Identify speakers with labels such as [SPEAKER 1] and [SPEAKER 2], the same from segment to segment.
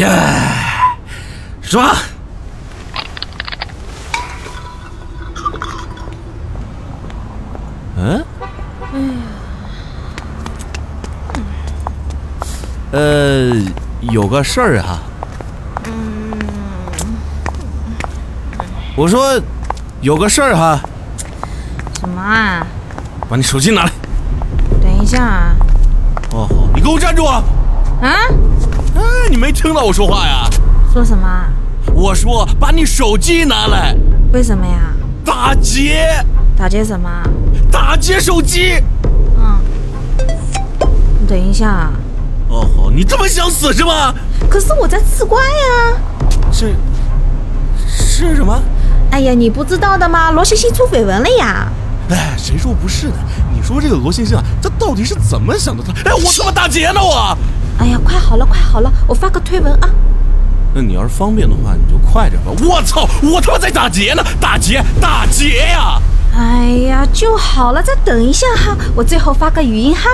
[SPEAKER 1] 唉，爽！
[SPEAKER 2] 嗯？呃，有个事儿啊。我说有个事儿哈，
[SPEAKER 3] 什么啊？
[SPEAKER 2] 把你手机拿来。
[SPEAKER 3] 等一下啊！
[SPEAKER 2] 哦，好，你给我站住啊！
[SPEAKER 3] 啊？
[SPEAKER 2] 哎，你没听到我说话呀？
[SPEAKER 3] 说什么啊？
[SPEAKER 2] 我说把你手机拿来，
[SPEAKER 3] 为什么呀？
[SPEAKER 2] 打劫，
[SPEAKER 3] 打劫什么啊？
[SPEAKER 2] 打劫手机。
[SPEAKER 3] 嗯，你等一下啊！
[SPEAKER 2] 哦，好，你这么想死是吗？
[SPEAKER 3] 可是我在吃瓜呀！
[SPEAKER 2] 是是什么？
[SPEAKER 3] 哎呀，你不知道的吗？罗西西出绯闻了呀！
[SPEAKER 2] 哎，谁说不是呢？你说这个罗星星啊，他到底是怎么想的？他哎，我他妈打劫呢我！
[SPEAKER 3] 哎呀，快好了，快好了，我发个推文啊！
[SPEAKER 2] 那你要是方便的话，你就快点吧。我操，我他妈在打劫呢！打劫，打劫呀、
[SPEAKER 3] 哎呀，就好了，再等一下哈，我最后发个语音哈。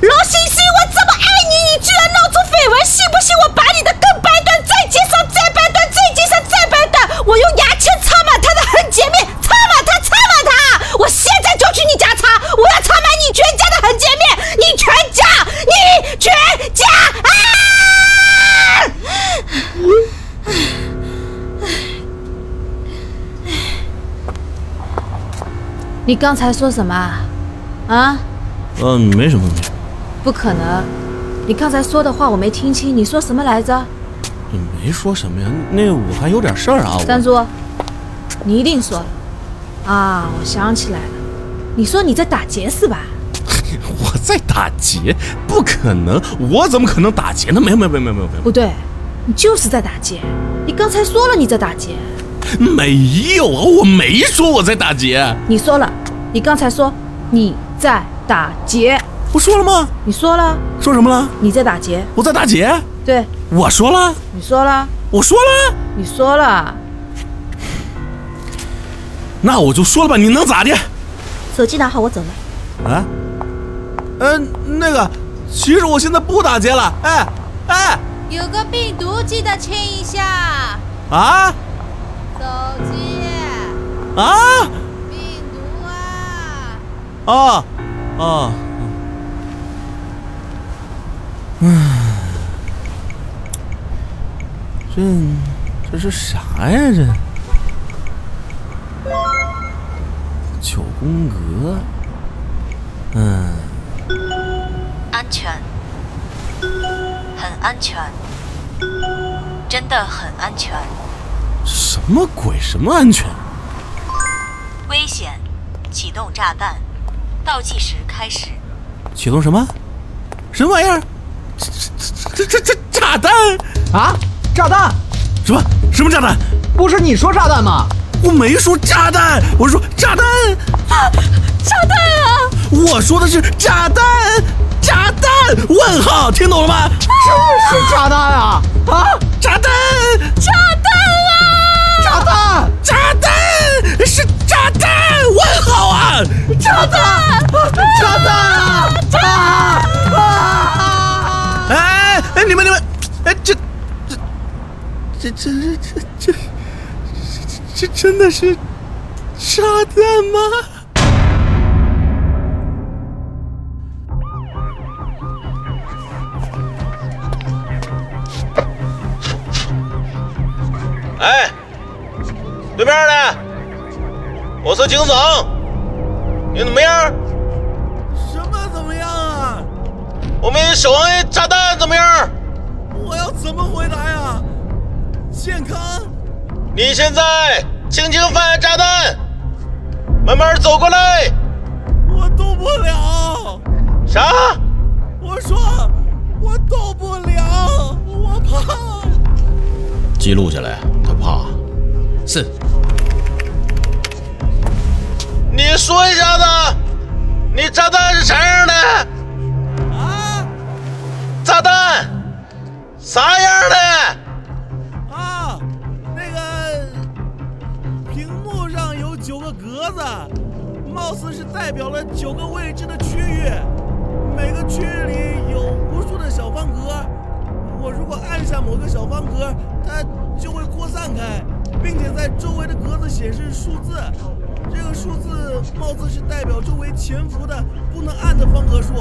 [SPEAKER 3] 罗西西，我这么爱你，你居然闹出绯闻，信不信我把你的根掰断，再接上，再掰断，再接上，再掰断，我用牙签插满他的横截面，插满他，插满他！我现在就去你家插，我要插满你全家的横截面，你全家，你全家啊！你刚才说什么啊？啊？
[SPEAKER 2] 嗯，没什么，没什
[SPEAKER 3] 不可能！你刚才说的话我没听清，你说什么来着？
[SPEAKER 2] 么，没说什么呀。那我还有点事儿啊。我
[SPEAKER 3] 三叔，你一定说了啊！我想起来了，你说你在打劫是吧？
[SPEAKER 2] 我在打劫，不可能，我怎么可能打劫呢？没有，没有，没有，没有，没有，
[SPEAKER 3] 不对，你就是在打劫。你刚才说了你在打劫，
[SPEAKER 2] 没有啊！我没说我在打劫，
[SPEAKER 3] 你说了，你刚才说你在打劫，
[SPEAKER 2] 我说了吗？
[SPEAKER 3] 你说了
[SPEAKER 2] 说什么了？
[SPEAKER 3] 你在打劫，
[SPEAKER 2] 我在打劫，
[SPEAKER 3] 对，
[SPEAKER 2] 我说了，
[SPEAKER 3] 你说了，
[SPEAKER 2] 我说了，
[SPEAKER 3] 你说了。
[SPEAKER 2] 那我就说了吧，你能咋的？
[SPEAKER 3] 手机拿好，我走了。
[SPEAKER 2] 啊？呃，那个，其实我现在不打劫了，哎，哎，
[SPEAKER 4] 有个病毒，记得清一下。
[SPEAKER 2] 啊
[SPEAKER 4] 手机，
[SPEAKER 2] 啊
[SPEAKER 4] 病毒啊！
[SPEAKER 2] 啊啊！嗯，这这是啥呀？这九宫格，嗯，
[SPEAKER 5] 安全，很安全，真的很安全。
[SPEAKER 2] 什么鬼？什么安全？
[SPEAKER 5] 危险，启动炸弹，倒计时开始。
[SPEAKER 2] 启动什么？什么玩意儿？这这这这这炸弹？
[SPEAKER 1] 啊！炸弹？
[SPEAKER 2] 什么什么炸弹？
[SPEAKER 1] 不是你说炸弹吗？
[SPEAKER 2] 我没说炸弹，我说炸弹啊，炸弹啊！我说的是炸弹，炸弹？问号，听懂了吗？
[SPEAKER 1] 是是炸弹啊！啊！
[SPEAKER 2] 炸弹，炸弹
[SPEAKER 1] 炸弹！
[SPEAKER 2] 啊！炸弹是炸弹，问号啊！
[SPEAKER 1] 炸弹！炸弹啊！啊啊！
[SPEAKER 2] 哎哎，你们你们，哎这这这这这这这这真的是炸弹吗？
[SPEAKER 6] 哎，对面的，我是警长，你怎么样？
[SPEAKER 2] 什么怎么样啊？
[SPEAKER 6] 我们手上那炸弹怎么样？
[SPEAKER 2] 我要怎么回答呀？健康？
[SPEAKER 6] 你现在轻轻放下炸弹，慢慢走过来。
[SPEAKER 2] 我动不了。
[SPEAKER 6] 啥？
[SPEAKER 2] 我说我动不了，我怕。
[SPEAKER 6] 记录下来，他怕。
[SPEAKER 1] 是
[SPEAKER 6] 你说一下子，你炸弹是啥样的？啊？炸弹啥样的？
[SPEAKER 2] 啊，那个屏幕上有九个格子，貌似是代表了九个未知的区域，每个区域里有无数的小方格。我如果按下某个小方格，它就会扩散开，并且在周围的格子显示数字。这个数字貌似是代表周围潜伏的不能按的方格数。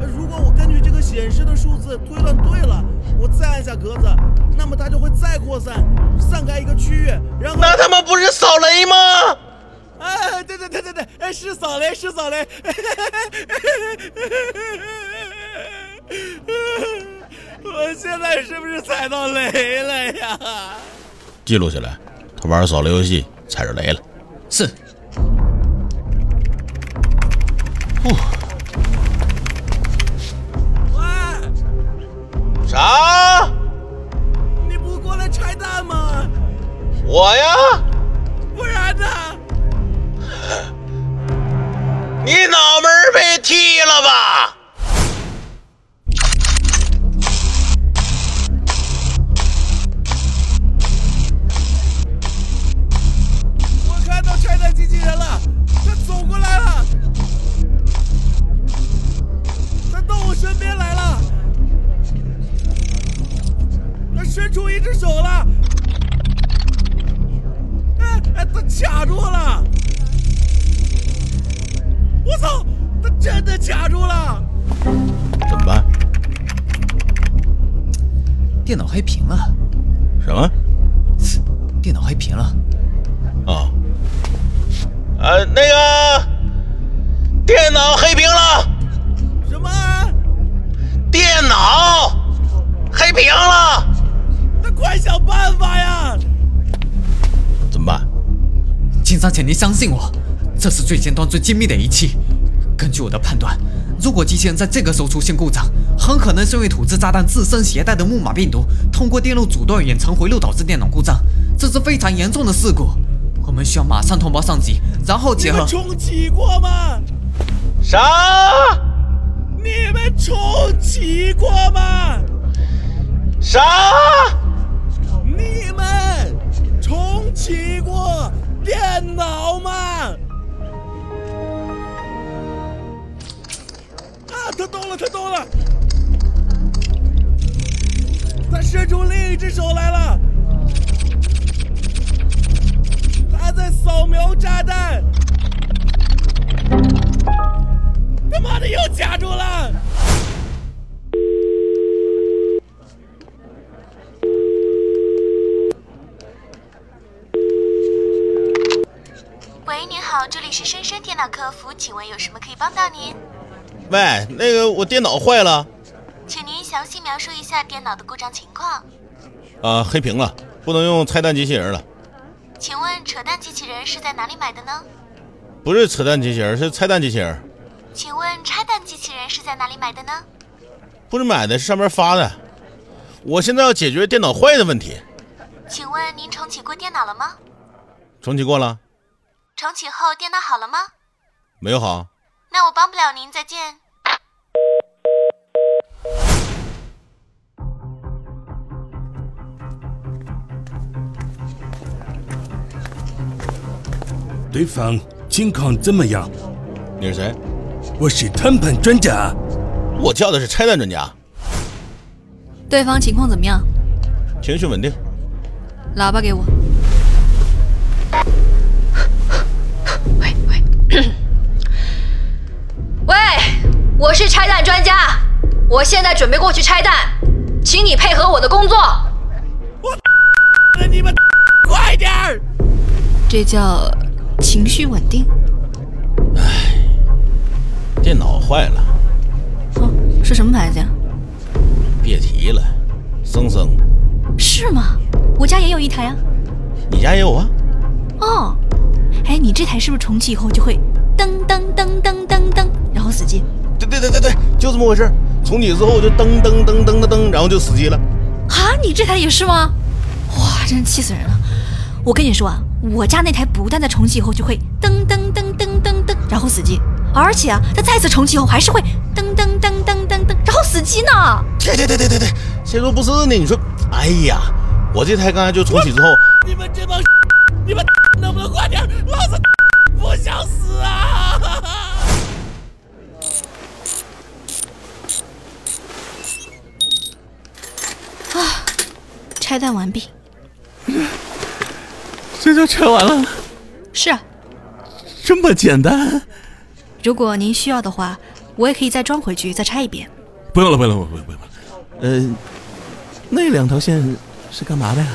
[SPEAKER 2] 呃如果我根据这个显示的数字推断对了，我再按下格子，那么它就会再扩散，散开一个区域，然后
[SPEAKER 6] 那他妈不是扫雷吗？
[SPEAKER 2] 哎，对对对对对，哎，是扫雷，是扫雷。我现在是不是踩到雷了呀？
[SPEAKER 6] 记录下来，他玩扫雷游戏踩着雷了。
[SPEAKER 1] 是，
[SPEAKER 2] 喂，
[SPEAKER 6] 啥？
[SPEAKER 2] 你不过来拆弹吗？
[SPEAKER 6] 我呀？
[SPEAKER 2] 不然呢？
[SPEAKER 6] 你脑门儿被踢了吧？
[SPEAKER 2] 我看到拆弹机器人了，他走过来了，他到我身边来了，他伸出一只手了，哎哎，他卡住了，我操，他真的卡住了，
[SPEAKER 6] 怎么办？
[SPEAKER 1] 电脑黑屏了，
[SPEAKER 6] 什么？
[SPEAKER 1] 电脑黑屏了。
[SPEAKER 6] 啊？呃，那个电脑黑屏了，
[SPEAKER 2] 什么？
[SPEAKER 6] 电脑黑屏了，
[SPEAKER 2] 那快想办法呀！
[SPEAKER 6] 怎么办？
[SPEAKER 1] 金三，请您相信我，这是最尖端、最精密的仪器。根据我的判断，如果机器人在这个时候出现故障，很可能是因为土制炸弹自身携带的木马病毒通过电路阻断远程回路导致电脑故障，这是非常严重的事故。我们需要马上通报上级，然后
[SPEAKER 2] 你
[SPEAKER 1] 结合
[SPEAKER 2] 们重启过吗？
[SPEAKER 6] 啥
[SPEAKER 2] 你们重启过吗？
[SPEAKER 6] 啥？
[SPEAKER 2] 你们重启过电脑吗？啊，他动了，他动了，他伸出另一只手来了，他在扫描炸弹，他妈的又卡住了。
[SPEAKER 5] 喂，您好，这里是深深电脑客服，请问有什么可以帮到您？
[SPEAKER 6] 喂，那个我电脑坏了，
[SPEAKER 5] 请您详细描述一下电脑的故障情况。
[SPEAKER 6] 啊、黑屏了，不能用拆弹机器人了。
[SPEAKER 5] 请问扯淡机器人是在哪里买的呢？
[SPEAKER 6] 不是扯淡机器人，是拆弹机器人，
[SPEAKER 5] 请问拆弹机器人是在哪里买的呢？
[SPEAKER 6] 不是买的，是上面发的。我现在要解决电脑坏的问题，
[SPEAKER 5] 请问您重启过电脑了吗？
[SPEAKER 6] 重启过了
[SPEAKER 5] 重启后电脑好了吗？
[SPEAKER 6] 没有？好，
[SPEAKER 5] 那我帮不了您，再见。
[SPEAKER 7] 对方情况怎么样？
[SPEAKER 6] 你是谁？
[SPEAKER 7] 我是谈判专家，
[SPEAKER 6] 我叫的是拆弹专家，
[SPEAKER 8] 对方情况怎么样？
[SPEAKER 6] 情绪稳定。
[SPEAKER 8] 喇叭给我。
[SPEAKER 9] 喂，我是拆弹专家，我现在准备过去拆弹，请你配合我的工作。
[SPEAKER 2] 那你们快点儿！
[SPEAKER 8] 这叫情绪稳定。
[SPEAKER 6] 电脑坏了，
[SPEAKER 8] 哦，是什么牌子呀？
[SPEAKER 6] 别提了，生生，
[SPEAKER 8] 是吗？我家也有一台啊。
[SPEAKER 6] 你家也有啊？
[SPEAKER 8] 哦，哎，你这台是不是重启以后就会噔噔噔噔噔噔，然后死机？
[SPEAKER 6] 对对对对对，就这么回事儿。重启之后就噔噔噔噔噔噔，然后就死机了。
[SPEAKER 8] 啊，你这台也是吗？哇，真是气死人了！我跟你说啊，我家那台不但在重启以后就会噔噔噔噔噔噔，然后死机，而且啊，它再次重启后还是会噔噔噔噔噔噔，然后死机呢。
[SPEAKER 6] 对对对对对对，谁说不是呢？你说，哎呀，我这台刚才就重启之后，
[SPEAKER 2] 你们这帮，你们能不能快点儿？老子不想死啊！
[SPEAKER 8] 拆弹完毕。
[SPEAKER 2] 这就拆完了，
[SPEAKER 8] 是啊，
[SPEAKER 2] 这么简单？
[SPEAKER 8] 如果您需要的话，我也可以再装回去，再拆一遍。
[SPEAKER 2] 不用了，不用了，不用了，不用了。呃，那两条线是干嘛的呀？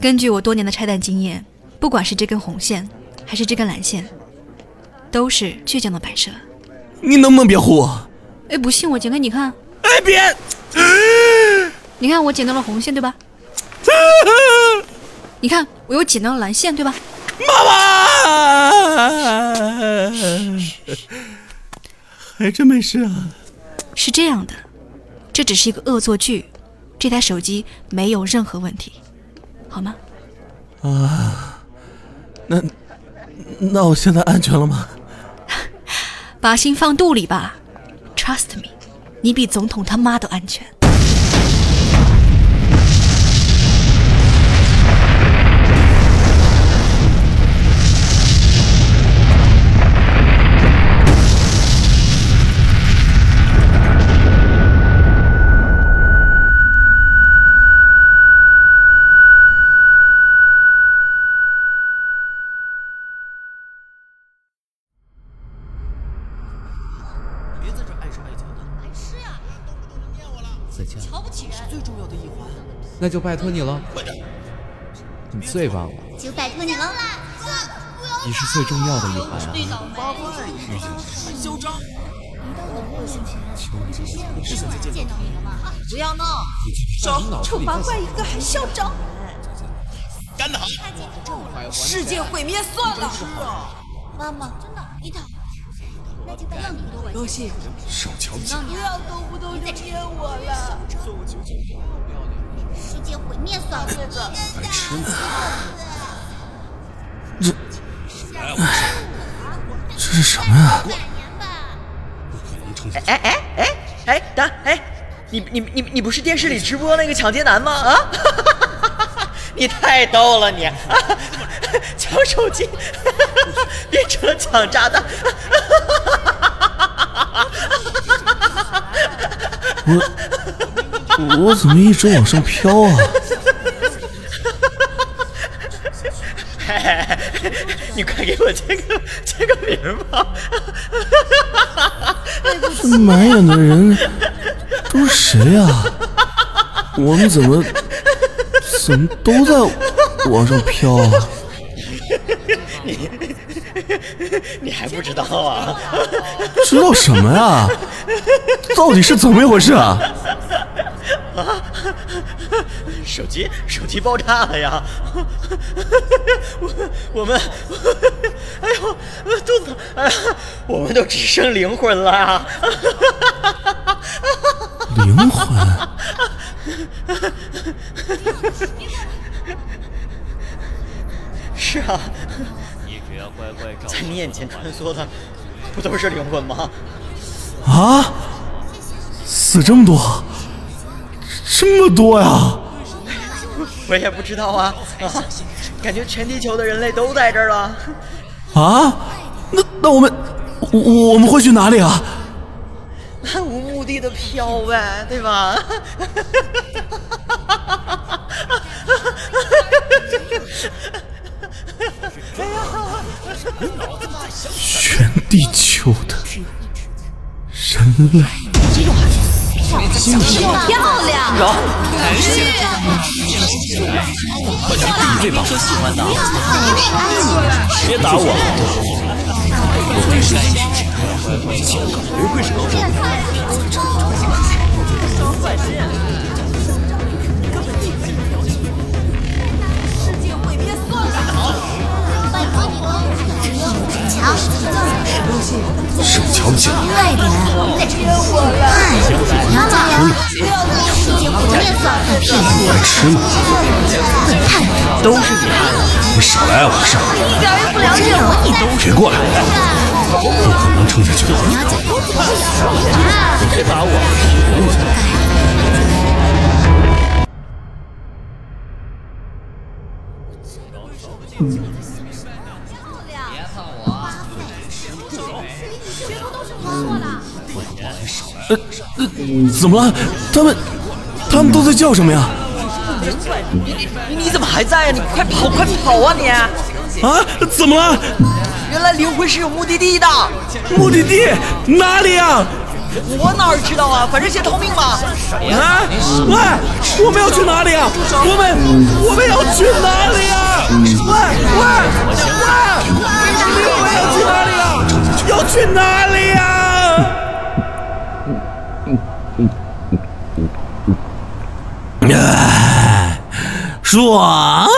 [SPEAKER 8] 根据我多年的拆弹经验，不管是这根红线还是这根蓝线，都是倔强的摆设。
[SPEAKER 2] 你能不能别唬我？
[SPEAKER 8] 哎，不信我剪给你看，
[SPEAKER 2] 哎，别！
[SPEAKER 8] 你看我剪到了红线对吧？你看我又剪到了蓝线对吧？
[SPEAKER 2] 妈妈，还真没事啊。
[SPEAKER 8] 是这样的，这只是一个恶作剧，这台手机没有任何问题，好吗？
[SPEAKER 2] 那那我现在安全了吗？
[SPEAKER 8] 把心放肚里吧，Trust me，你比总统他妈都安全。
[SPEAKER 10] 再见，
[SPEAKER 9] 瞧不起人。
[SPEAKER 10] 那就拜托你了，你最棒了，
[SPEAKER 4] 就拜托你了。
[SPEAKER 10] 你是最重要的一环啊！
[SPEAKER 9] 不要闹！
[SPEAKER 10] 丑八怪一个，还嚣张！
[SPEAKER 9] 世界毁灭算了。
[SPEAKER 4] 妈妈，真的，一头。那就拜托你了。
[SPEAKER 9] 罗西，
[SPEAKER 10] 少瞧不起
[SPEAKER 4] 不要动不动就捏我了。世界毁灭算了。这个
[SPEAKER 10] 白痴呢！
[SPEAKER 2] 这是什么呀？
[SPEAKER 4] 百年吧。
[SPEAKER 11] 哎哎哎哎，等哎，你你你你不是电视里直播那个抢劫男吗？啊， 你太逗了你，啊、 抢手机 变成了抢炸弹，
[SPEAKER 2] 我我怎么一直往上飘啊？
[SPEAKER 11] 哎，你快给我签个签个名吧！
[SPEAKER 2] 这满眼的人都是谁呀、我们怎么怎么都在往上飘啊？
[SPEAKER 11] 你还不知道啊？
[SPEAKER 2] 知道什么呀？到底是怎么一回事啊？
[SPEAKER 11] 手机手机爆炸了呀！ 我我们，哎呦，呃肚子疼，哎呀，我们都只剩灵魂了啊！
[SPEAKER 2] 灵魂？
[SPEAKER 11] 是啊，在你眼前穿梭的，不都是灵魂吗？
[SPEAKER 2] 啊！死这么多，啊这么多呀！
[SPEAKER 11] 我也不知道啊，啊，感觉全地球的人类都在这儿了。
[SPEAKER 2] 啊？那那我们，我我我们会去哪里啊？
[SPEAKER 11] 无目的的飘呗，对吧？
[SPEAKER 2] 全地球的人类。
[SPEAKER 9] 漂亮。
[SPEAKER 10] 少瞧不起我。
[SPEAKER 11] 都是你啊害的，
[SPEAKER 10] 你少来啊我事儿！别过来！不可能撑下去的。别打我！
[SPEAKER 2] 怎么了？他们他们都在叫什么呀？
[SPEAKER 11] 明白。你你你怎么还在呀、啊？你快跑，快跑啊你！啊，
[SPEAKER 2] 怎么了？
[SPEAKER 11] 原来灵魂是有目的地的。
[SPEAKER 2] 目的地哪里啊？
[SPEAKER 11] 我哪知道啊？反正先逃命吧。
[SPEAKER 2] 啊！喂，我们要去哪里啊？我们我们要去哪里啊？喂喂喂！我们要去哪里啊？要去哪里呀、
[SPEAKER 12] 啊？啊，爽！